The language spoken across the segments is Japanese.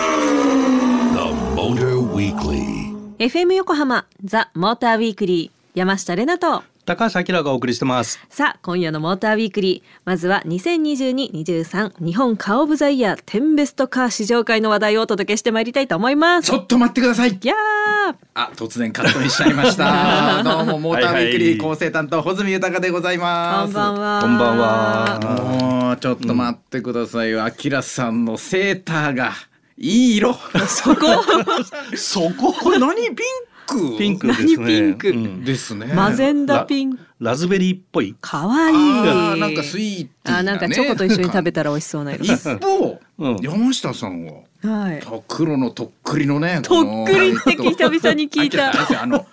The Motor Weekly. FM 横浜ザ・モーターウィークリー山下れなと高橋明がお送りしてます。さあ今夜のモーターウィークリーまずは2022-23日本カーオブザイヤー10ベストカー試乗会の話題をお届けしてまいりたいと思いますちょっと待ってくださいいやーあ、突然カットにしちゃいました。 どうも、モーターウィークリー構成担当、穂積豊でございまこす。んばんはこんばんは。もう、ちょっと待ってくださいよ。アキラさんのセーターが、いい色。そ こそここれ何ピンクピンクですね。何ピンクうんですね。マゼンダピンラズベリーっぽい。かわいいあーなんかスイーティーあなーねなんかチョコと一緒に食べたら美味しそうな色 一方、うん山下さんは、はい黒のとっくりのね。とっくりって久々に聞いたあちょっとあれですよあの、は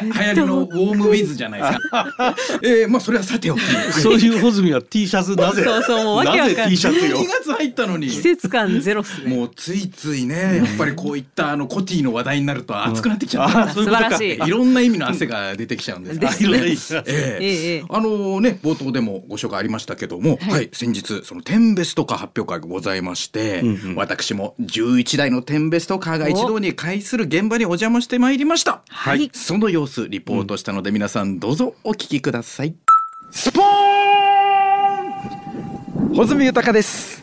流行りのウォームウィズじゃないですか。えー、まあ、それはさておき。そういうホズミは T シャツなぜ？そうそうもうわけわかんないぜ T シャツよ12。月入ったのに。季節感ゼロっすねもうついついね、やっぱりこういったあのコティの話題になると熱くなってきちゃあっー、そうい素うこと晴らか。しいて、いろんな意味の汗が出てきちゃうんですが。ですねはいね。ええええあのね冒頭でもご紹介ありましたけども、はい先日その10ベストカー発表会がございまして、うんうん私も11台の10ベストカーが一堂に会する現場にお邪魔してまいりました、はいその様子リポートしたので皆さんどうぞお聞きください、スポーン穂積豊です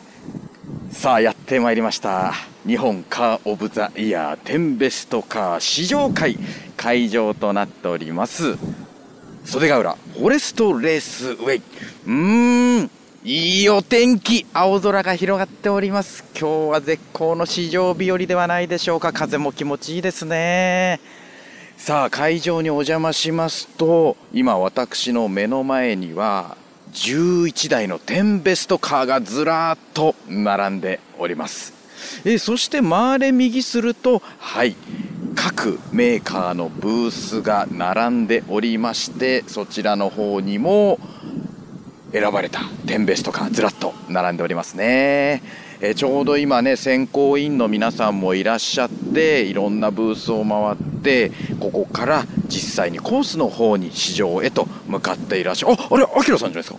さあやってまいりました日本カーオブザイヤー10ベストカー試乗会会場となっております袖ヶ浦フォレストレースウェイうーんいいお天気青空が広がっております今日は絶好の市場日和ではないでしょうか風も気持ちいいですねさあ会場にお邪魔しますと今私の目の前には11台の10ベストカーがずらーっと並んでおりますえーそして回れ右するとはい各メーカーのブースが並んでおりましてそちらの方にも選ばれた10ベストカーずらっと並んでおりますね、えーちょうど今ね選考委員の皆さんもいらっしゃっていろんなブースを回ってここから実際にコースの方に市場へと向かっていらっしゃるああれアキラさんじゃないですか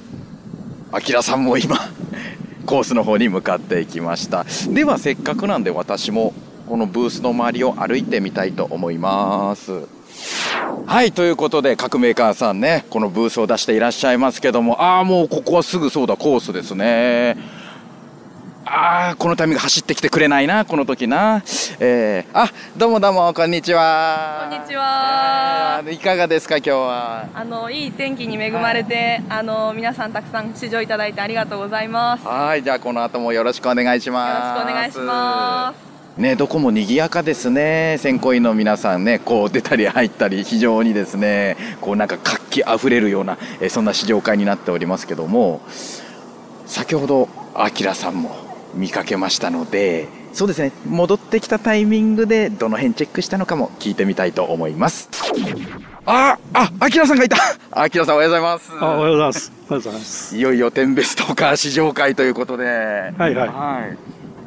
アキラさんも今 コースの方に向かっていきましたではせっかくなんで私もこのブースの周りを歩いてみたいと思いますはいということで各メーカーさんねこのブースを出していらっしゃいますけどもああもうここはすぐそうだコースですねああこのタイミング走ってきてくれないなこの時なえー、あどうもどうもこんにちはこんにちはえーいかがですか今日はあのいい天気に恵まれて、あの皆さんたくさん試乗いただいてありがとうございます。よはいじゃあこの後もよろしくお願いしろしくますお願いしますす。ねどこも賑やかですね選考委員の皆さんねこう出たり入ったり非常にですねこうなんか活気あふれるようなえーそんな試乗会になっておりますけども先ほどあきらさんも見かけましたのでそうですね戻ってきたタイミングでどの辺チェックしたのかも聞いてみたいと思いますあああきらさんがいたあきらさんおはようございますあ、おはようございます。おはようございます。いよいよ10ベストカー試乗会ということで、はいは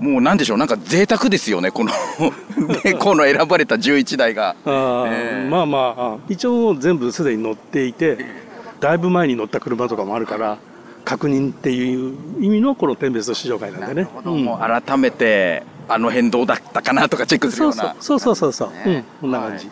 いもうなんでしょう、なんか贅沢ですよね、この ねこの選ばれた11台が。あーええまあまああ一応全部すでに乗っていて、だいぶ前に乗った車とかもあるから。確認っていう意味のこの天別の試乗会なんでね。うんもう改めて、あの辺どうだったかなとかチェックすそうるような。そうそうそうそう。うんね、こんな感じ。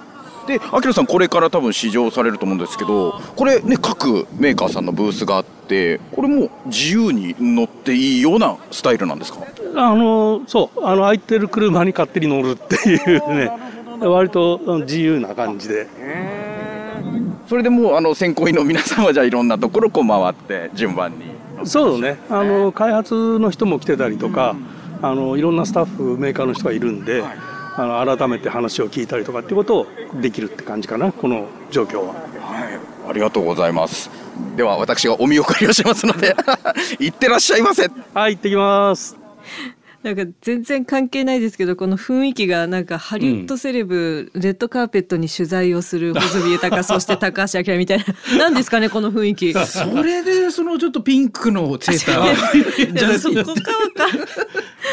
で、アキラさん、これから多分試乗されると思うんですけど、これね、各メーカーさんのブースがあって、これもう自由に乗っていいようなスタイルなんですかあのそうあの空いてる車に勝手に乗るっていうね割とうん自由な感じでそれでもう、あの、選考委員の皆さんは、じゃあいろんなところこう回って、順番に。そうねあの開発の人も来てたりとかあのいろんなスタッフメーカーの人がいるんであの改めて話を聞いたりとかってことをできるって感じかなこの状況ははい、ありがとうございます。では私がお見送りをしますので、 行ってらっしゃいませ。はい行ってきますなんか全然関係ないですけどこの雰囲気がなんかハリウッドセレブ、レッドカーペットに取材をする細見豊そして高橋明みたいな 何ですかねこの雰囲気それでそのちょっとピンクのセーターそこ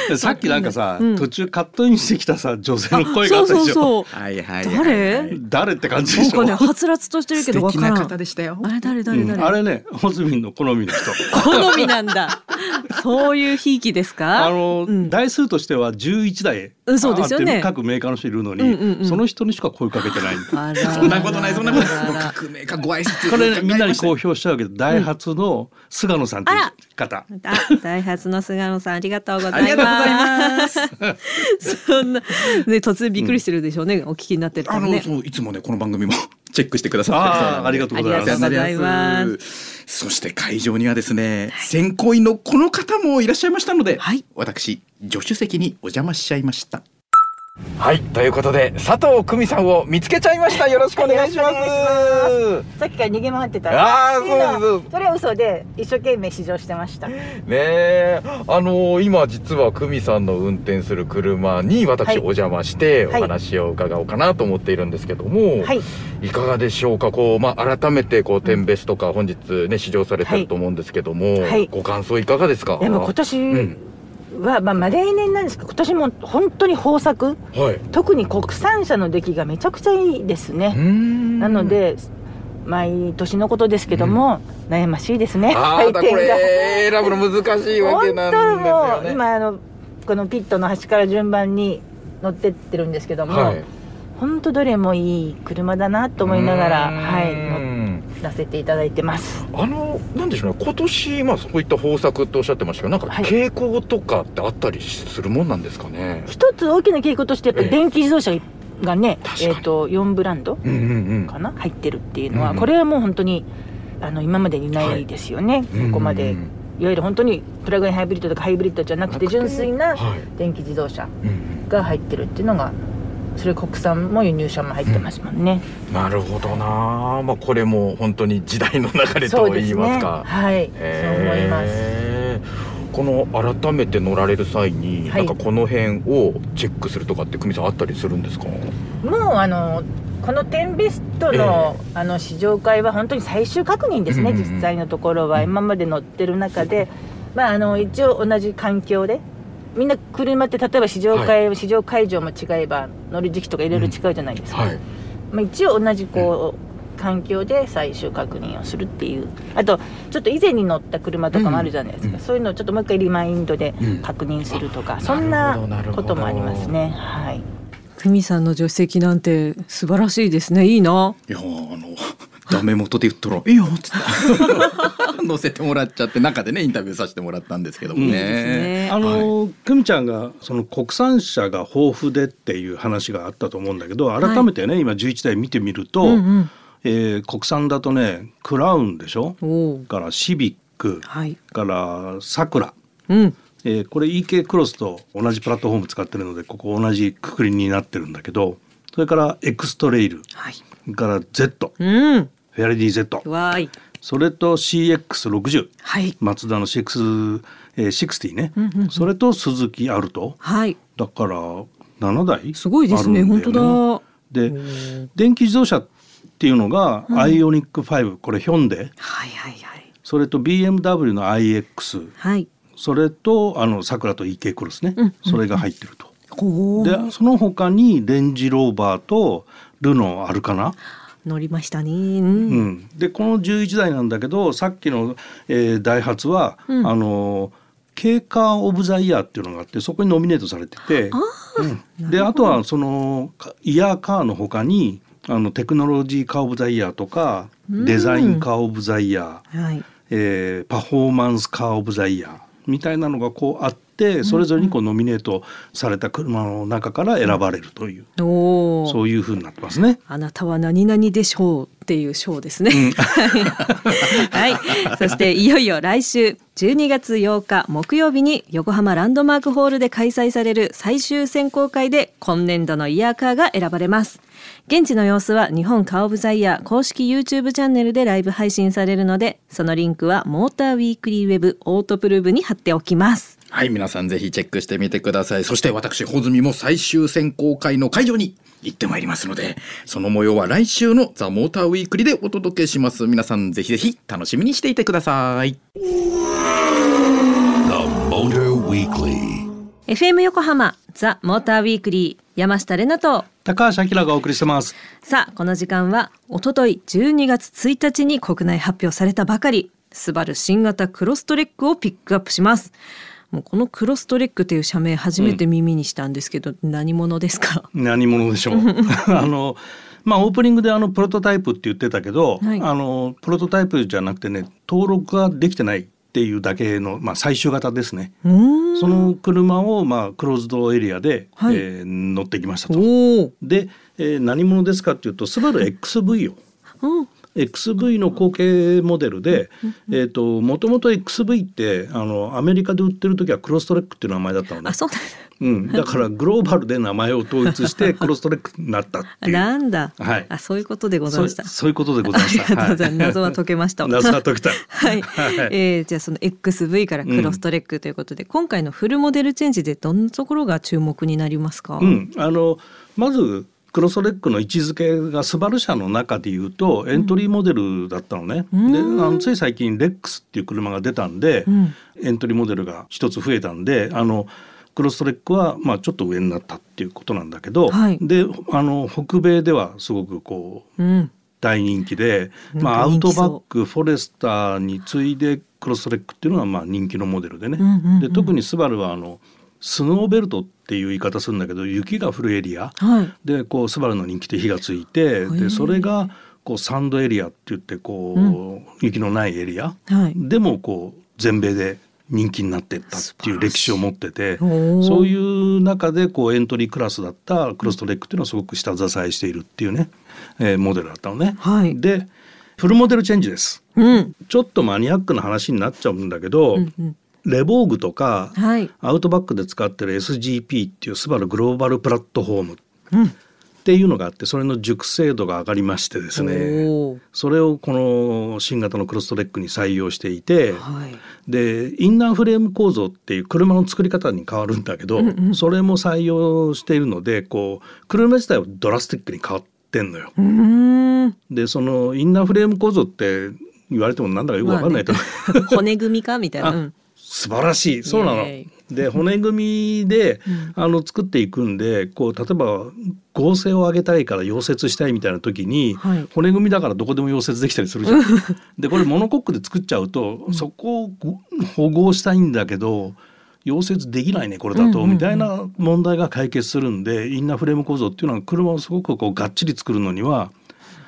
かさっきなんかさ、途中カットインしてきたさ女性の声がそあっうたでそうしょそう。はいはいはい誰はい誰って感じでなんしょかね、はつらつとしてるけ素ど、わ敵から。なん方でしたよあれ誰誰誰、あれねホズミンの好みの人好みなんだ。そういうひいきですかあの、うん台数としては11台うんそうですよねあって各メーカーの人いるのに、うんうんうんその人にしか声かけてないあらそんなことないそんなことなあいらもう革命家ご挨拶これ、ね、みんなに公表しちゃうけどダイハツの菅野さんっていう方、あダイハツの菅野さんありがとうござありいがとうございまますす。そんなね突然びっくりしてるでしょうね、お聞きになってるあ方の、ね。そういつもねこの番組も チェックしてくださってるそうなのあであありがとうございますありがとうございますす。そして会場にはですね、選考委員のこの方もいらっしゃいましたので、はい私助手席にお邪魔しちゃいました。はいということで佐藤久美さんを見つけちゃいました。よろしくお願いします。さっきから逃げ回ってたあーっていうのはそうそうそれは嘘で一生懸命試乗してましたねえ、あの今実は久美さんの運転する車には私いお邪魔しておはい話を伺おうかなと思っているんですけども、はいいかがでしょうか、こう、まあ、改めて、こう、天別とか、本日ね、試乗されてはるいと思うんですけども、はいご感想いかがですかでも今うん年。は、まあ、まあ例年なんですけど今年も本当に豊作はい。う特に国産車の出来がめちゃくちゃいいですーねんなの、で毎年のことですけども、悩ましいですねああ、だこれ、選ぶの難しいわけ本なん当ですよもうね。今あのこのピットの端から順番に乗ってってるんですけども、はい。本当どれもいい車だなと思いながら、うーんはい、乗らせていただいてます。あの、なんでしょうね、今年、まあ、そういった方策とおっしゃってましたけど、なんか、はい傾向とかってあったりするもんなんですかね。一つ大きな傾向としてやっぱええり電気自動車がね確、かえにっ、と4ブランドうんうんかな入ってるっていうのは、うんうんこれはもう本当にあの今までにないですよね、うん。ここまで、うんうんいわゆる本当にプラグインハイブリッドとかハイブリッドじゃなくてなくて純粋なはい。電気自動車うんうんが入ってるっていうのがそれ国産も輸入車も入ってますもんね、なるほどなあまあ、これも本当に時代の流れそとうで言いすまねすか。はいそう思いますへーこの改めて乗られる際に、はいなんかこの辺をチェックするとかって久美さんあったりするんですかもうあのこのテンベストの,、あの試乗会は本当に最終確認ですね、うんうんうん実際のところは今まで乗ってる中で、まあ、あの一応同じ環境でみんな車って例えば試乗会、試乗会場も違えば乗る時期とかいろいろ違うじゃないですか、はいまあ、一応同じこう、環境で最終確認をするっていうあとちょっと以前に乗った車とかもあるじゃないですか、うんうんそういうのをちょっともう一回リマインドでうん確認するとか、そんななるほどこともありますねはい。久美さんの助手席なんて素晴らしいですね。いいな。いやーあの ダメ元で言ったら「いいよ」っつ って乗せてもらっちゃって中でねインタビューさせてもらったんですけどもうんいいね。あの久美ちゃんがその国産車が豊富でっていう話があったと思うんだけど改めてね、今11台見てみると、うんえー国産だとねクラウンでしょうん。おお。からシビックはい。からさくら、うん。えーこれ EK クロスと同じプラットフォーム使ってるのでここ同じくくりになってるんだけどそれからエクストレイルはい。から Z うん。フェアレディ Z わーい。それと CX60 はい。マツダの CX60、えー60ね、それとスズキアルトはい。だから7台すごいですね。あるん本よ当だ。で電気自動車っていうのが、アイオニック5これヒョンデはいはいはい。それと BMW の iX はい。それとあのさくらと EK クロスね、うんそれが入ってると。ほう。でその他にレンジローバーとルノーアルカナ、乗りましたね。ううんん。でこの11台なんだけどさっきの、えーダイハツは、うんあのケーカー・オブ・ザ・イヤーっていうのがあってそこにノミネートされててうん、であとはそのかイヤーカーの他にあのテクノロジー・カー・オブ・ザ・イヤーとか、うんデザイン・カー・オブ・ザ・イヤー、はい。えーパフォーマンス・カー・オブ・ザ・イヤーみたいなのがこうあってそれぞれにこうノミネートされた車の中から選ばれるという。おお。そういう風になってますね。あなたは何々でしょうっていう賞ですね。 はい。そしていよいよ来週12月8日木曜日に横浜ランドマークホールで開催される最終選考会で今年度のイヤーカーが選ばれます。現地の様子は日本カーオブザイヤー公式 YouTube チャンネルでライブ配信されるので、そのリンクはモーターウィークリーウェブオートプルーブに貼っておきます。はい、皆さんぜひチェックしてみてください。そして私、穂積も最終選考会の会場に行ってまいりますので、その模様は来週のザ・モーターウィークリーでお届けします。皆さんぜひぜひ楽しみにしていてください。 The Motor Weekly. FM 横浜ザ・モーターウィークリー山下れなと高橋明がお送りしてます。さあこの時間はおととい12月1日に国内発表されたばかりスバル新型クロストレックをピックアップしますもうこのクロストレックという社名初めて耳にしたんですけど、何者ですか何者でしょう。 あのまあオープニングであのプロトタイプって言ってたけど、はいあのプロトタイプじゃなくてね登録ができてないっていうだけのまあ最終型ですね。うーんその車をまあクローズドエリアで、はいえー乗ってきましたと。おお、で、えー何者ですかっていうとスバル XV を。うん、 XV の後継モデルで、えっ、と、もともと XV って、あの、アメリカで売ってる時はクロストレックっていう名前だったのねあ。そうなんうん、だ からグローバルで名前を統一してクロストレックになったっだ ていう。なんだ、はいあそういうことでございそまうしたそういうことでございました。 ありがとうございますは謎は解けました 謎は解け た。はい、はいえーじゃあその XV からクロストレックということで、今回のフルモデルチェンジでどんなところが注目になりますか、うん、あのまずクロストレックの位置づけがスバル社の中でいうとエントリーモデルだったのね、であのつい最近レックスっていう車が出たんで、んエントリーモデルが一つ増えたんであのクロストレックはまあちょっと上になったっていうことなんだけど、はいであの北米ではすごくこううん大人気で、うんまあ、アウ人ト気そうバックフォレスターに次いでクロストレックっていうのがまあ人気のモデルでね、んうんうんで特にスバルはあのスノーベルトっていう言い方するんだけど雪が降るエリアはいでこうスバルの人気って火がついてへえでそれがこうサンドエリアって言ってこう、雪のないエリアはいでもこう全米で人気になってったっていう歴史を持ってておーそういう中でこうエントリークラスだったクロストレックっていうのはすごく下支えしているっていうね、えーモデルだったのね。はいでフルモデルチェンジです。うんちょっとマニアックな話になっちゃうんだけど、うんうんレボーグとか、はいアウトバックで使ってる SGP っていうスバルグローバルプラットフォームうんっていうのがあってそれの熟成度が上がりましてですねおーそれをこの新型のクロストレックに採用していて、はいでインナーフレーム構造っていう車の作り方に変わるんだけど、それも採用しているのでこう車自体はドラスティックに変わってんのよ。うーんでそのインナーフレーム構造って言われてもなんだかよくわかんないけど、まあね骨組みかみたいな、あうん素晴らしいそうなのイエーイ。で骨組みで、あの作っていくんでこう例えば合成を上げたいから溶接したいみたいな時に、はい骨組みだからどこでも溶接できたりする じゃん。でこれモノコックで作っちゃうとそこを保護したいんだけど溶接できないねこれだと、みたいな問題が解決するんでインナーフレーム構造っていうのは車をすごくこうがっちり作るのには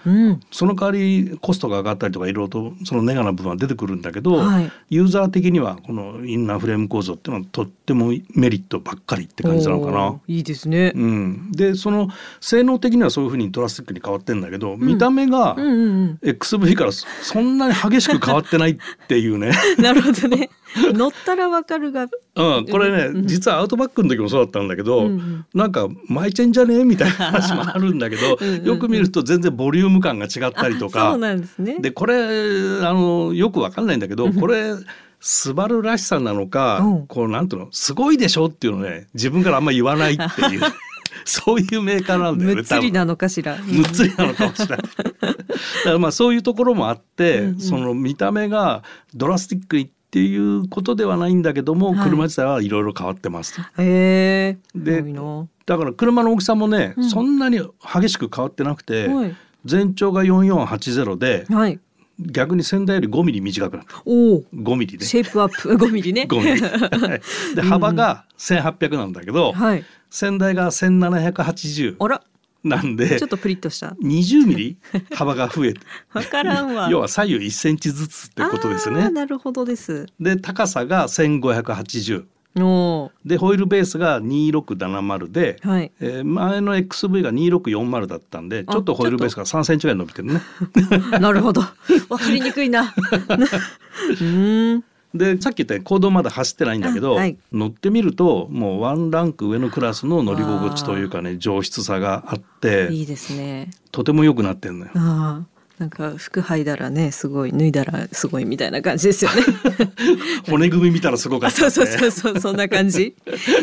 うんその代わりコストが上がったりとかいろいろとそのネガな部分は出てくるんだけど、はいユーザー的にはこのインナーフレーム構造っていうのはとってもメリットばっかりって感じなのかなお。ーいいですね、うん、でその性能的にはそういうふうにドラスティックに変わってんだけど、見た目がうんうん、 XV からそそんなに激しく変わってないってい うね、うん、なるほどね乗ったらわかるがうん、これね実はアウトバックの時もそうだったんだけど、うんうんなんか巻いちゃんじゃねえみたいな話もあるんだけどうんうんうんよく見ると全然ボリューム感が違ったりとあかそうなんですねでこれあのよくわかんないんだけどこれスバルらしさなのか、うんこうなんていうのすごいでしょっていうのをね自分からあんま言わないっていう そういうメーカーなんだよねむっつり多分なのかしらむっつりなのかもしれないだから まあそういうところもあって、その見た目がドラスティックにっていうことではないんだけども、はい車自体はいろいろ変わってますとへえでいいなだから車の大きさもね、そんなに激しく変わってなくて、はい全長が4480ではい逆に先代より5ミリ短くなったおお5ミリねシェイプアップ5ミリ ね5ミリはいで幅が1800なんだけど、はい先代が1780あらなんでちょっとプリッとした20ミリ幅が増えてわから んわ要は左右1センチずつってことですあーねなるほどですで高さが1580おでホイールベースが2670で、ーはいえー前の XV が2640だったんでちょっとホイールベースが3センチぐらい伸びてるね なるほどわかりにくいな うんでさっき言ったように公道まだ走ってないんだけど、あはい乗ってみるともうワンランク上のクラスの乗り心地というかね上質さがあっていいですねとても良くなってん のよ。ああなんか服履いだらねすごい脱いだらすごいみたいな感じです よね骨組み見たらすごかあった、そうね。そうそうそうそんな感じ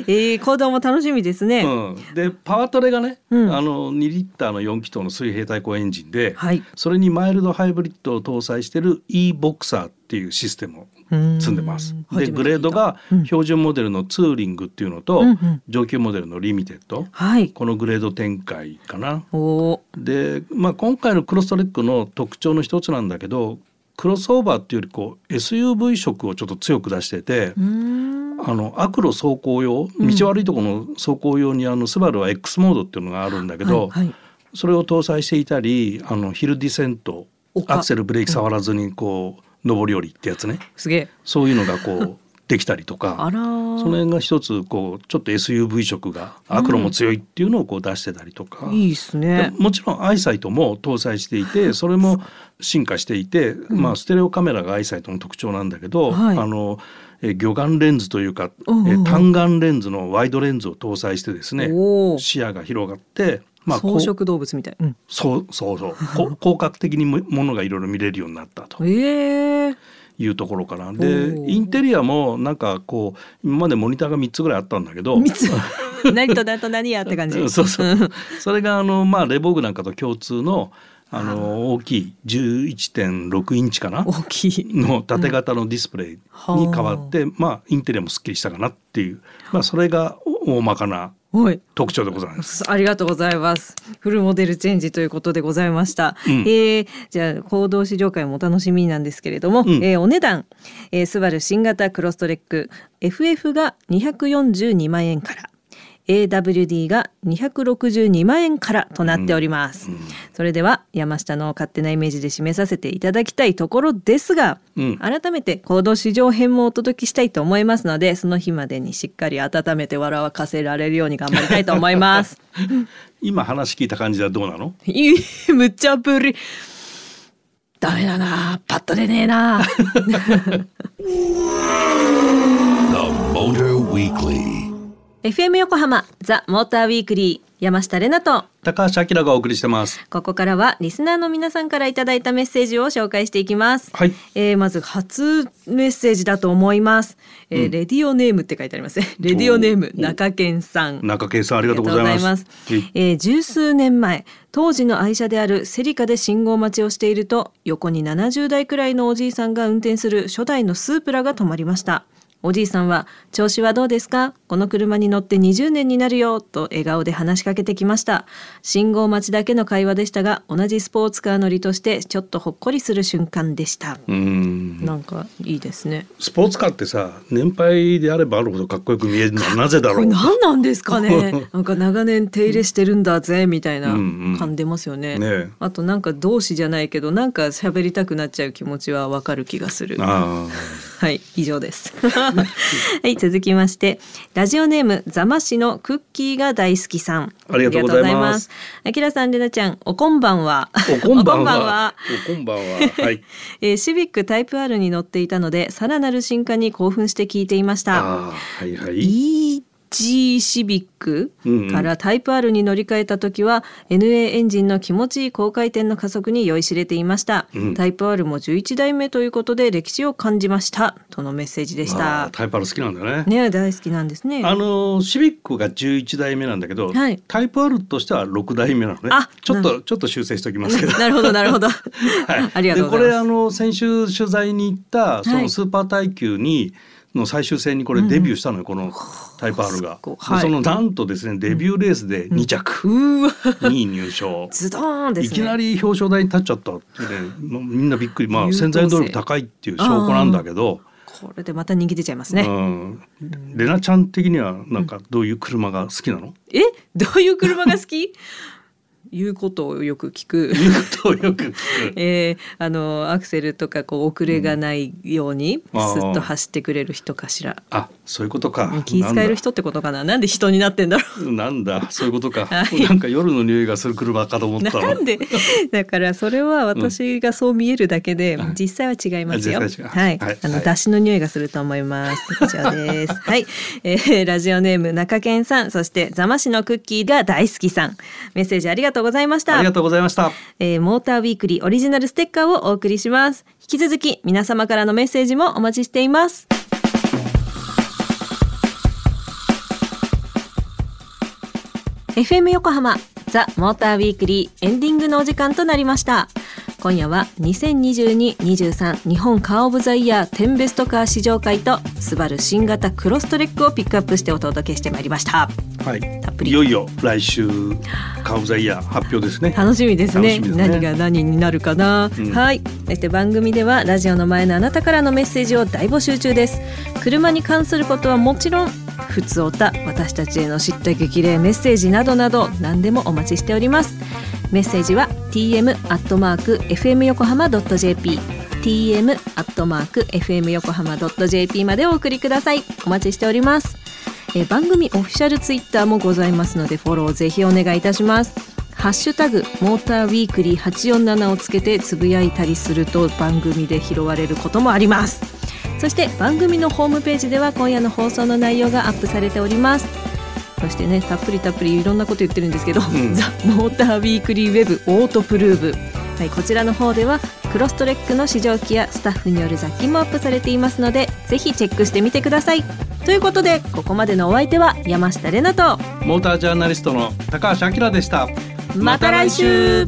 えー、行動も楽しみですね、うん、でパワトレがね、うんあの2リッターの4気筒の水平対向エンジンで、はいそれにマイルドハイブリッドを搭載してる e ボクサーっっていうシステムをうん積んでます。初めでて聞いたグレードがうん標準モデルのツーリングっていうのと、うんうん上級モデルのリミテッドはい。このグレード展開かな。おおで、まあ、今回のクロストレックの特徴の一つなんだけどクロスオーバーっていうよりこう SUV 色をちょっと強く出してて。ー。うーん。あの悪路走行用ん道悪いところの走行用にあのスバルは X モードっていうのがあるんだけど、はいはいそれを搭載していたりあのヒルディセント丘アクセルブレーキ触らずにこう、上り下りってやつねすげえ。そういうの がこうできたりとあからそー。の辺が一つこうちょっと SUV 色が悪路も強いっていうのをこう出してたりとか。いいですでね。もちろんアイサイトも搭載していてそれも進化していて、まあ、ステレオカメラがアイサイトの特徴なんだけど、はいあのえ魚眼レンズというか、うんうんうんえ単眼レンズのワイドレンズを搭載してですねおお。視野が広がって、まあ、こ草う食動物みたい。うん。そうそうそう こ広角的にもものがいろいろ見れるようになったとええー。いうところかな。おでーインテリアもなんかこう今までモニターが3つぐらいあったんだけど三つ。 何と何と何やって感じ。うんそうそん う。それがあのまあレボーグなんかと共通のあの大きい11.6インチかな大きい。の縦型のディスプレイに変わって、まあインテリアもすっきりしたかなっていうまあそれが大まかなおい。特徴でございます。ありがとうございます。フルモデルチェンジということでございました。うんえーじゃあ行動試乗会もお楽しみなんですけれども、んえーお値段、えースバル新型クロストレック FF が242万円から。AWD が262万円からとなっております、それでは山下の勝手なイメージで示させていただきたいところですが、うん改めて行動市場編もお届けしたいと思いますのでその日までにしっかり温めて笑わかせられるように頑張りたいと思い ます。今話聞いた感じはどうなの？ いいむちゃぶりダメだなパッと出ねえな The Motor Weekly. FM 横浜ザ・モーターウィークリー山下れなと高橋明がお送りしてます。ここからはリスナーの皆さんからいただいたメッセージを紹介していきます、はいえーまず初メッセージだと思います、えーレディオネームって書いてあり ますねレディオネームおー中堅さん中堅さんありがとうございます。ありがとうございますえー十数年前当時の愛車であるセリカで信号待ちをしていると横に70代くらいのおじいさんが運転する初代のスープラが止まりましたおじいさんは「調子はどうですかこの車に乗って20年になるよ」と笑顔で話しかけてきました信号待ちだけの会話でしたが同じスポーツカー乗りとしてちょっとほっこりする瞬間でした、うん。なんかいいですねスポーツカーってさ年配であればあるほどかっこよく見えるのはなぜだころれう。何なんですか ねなんか長年手入れしてるんだぜみたいなうんうん感出ますよね,、ねえあとなんか同志じゃないけどなんか喋りたくなっちゃう気持ちはわかる気がするあはい以上です はい続きましてラジオネーム座間市のクッキーが大好きさんありがとうござあいますりがとうございますあきらさんれなちゃんおこんばんはあ。おこんばんおは。おこんばんは。はい。えーシビックタイプ R に乗っていたのでさらなる進化に興奮して聞いていましたああはいはい。 EG シビックうんうんからタイプ R に乗り換えた時は NA エンジンの気持ちいい高回転の加速に酔いしれていました、うんタイプ R も11代目ということで歴史を感じましたとのメッセージでしあーたタイパル好きなんだね。ね大好きなんですねあのーシビックが11代目なんだけど、はいタイプ R としては6代目なのねあちょっなとちょっと修正してお きますけ どなるほどなるほど、はいありがとうございでこれあますの先週取材に行ったそはいのスーパー耐久に、の最終戦にこれデビューしたのよ、このタイプ R がすごい。ではいそのなんとですねデビューレースで2着、うーわ2位入 賞。ズドーンですねいきなり表彰台に立っちゃったってね、もうみんなびっくり、まあ潜在能力高いっていう証拠なんだけど、これでまた人気出ちゃいますね、うん、レナちゃん的にはなんかどういう車が好き なの？えどういう車が好きいうことをよく聞くいうことをよく聞く。 えー、あのアクセルとかこう遅れがないようにスうんあーッと走ってくれる人かしら。あ、そういうことか。気遣える人ってことかな。なんで人になってんだろなんだ。なんだ、そういうことか。はいなんか夜の匂いがする車かと思っう。たの。なんで。 だからそれは私がそう見えるだけで、はい実際は違いますよ。あ実際は違うはい、はいあのはい出汁の匂いがすると思います。 以上です。はい、えー、ラジオネーム中堅さん、そして座間市のクッキーが大好きさん。メッセージありがとうございました。ありがとうございました。えーモーターウィークリーオリジナルステッカーをお送りします引き続き皆様からのメッセージもお待ちしています「FM 横浜ザ・モーターウィークリーエンディングのお時間となりました今夜は2022-23日本カーオブザイヤー10ベストカー試乗会とスバル新型クロストレックをピックアップしてお届けしてまいりましたはい、たっぷりいよいよ来週カーブザイヤー発表ですね。楽しみですね楽しみですね何が何になるかな、うんはいそして番組ではラジオの前のあなたからのメッセージを大募集中です車に関することはもちろん普通おた私たちへの知った激励メッセージなどなど何でもお待ちしておりますメッセージは tm アットマーク fm 横浜 .jp tm アットマーク fm 横浜 .jp までお送りくださいお待ちしておりますえー番組オフィシャルツイッターもございますのでフォローぜひお願いいたしますハッシュタグモーターウィークリー847をつけてつぶやいたりすると番組で拾われることもありますそして番組のホームページでは今夜の放送の内容がアップされておりますそしてねたっぷりたっぷりいろんなこと言ってるんですけど「ん ザ・モーターウィークリーウェブオートプルーブ」はい、こちらの方ではクロストレックの試乗機やスタッフによる雑記もアップされていますのでぜひチェックしてみてくださいということでここまでのお相手は山下れなとモータージャーナリストの高橋明でした。また来週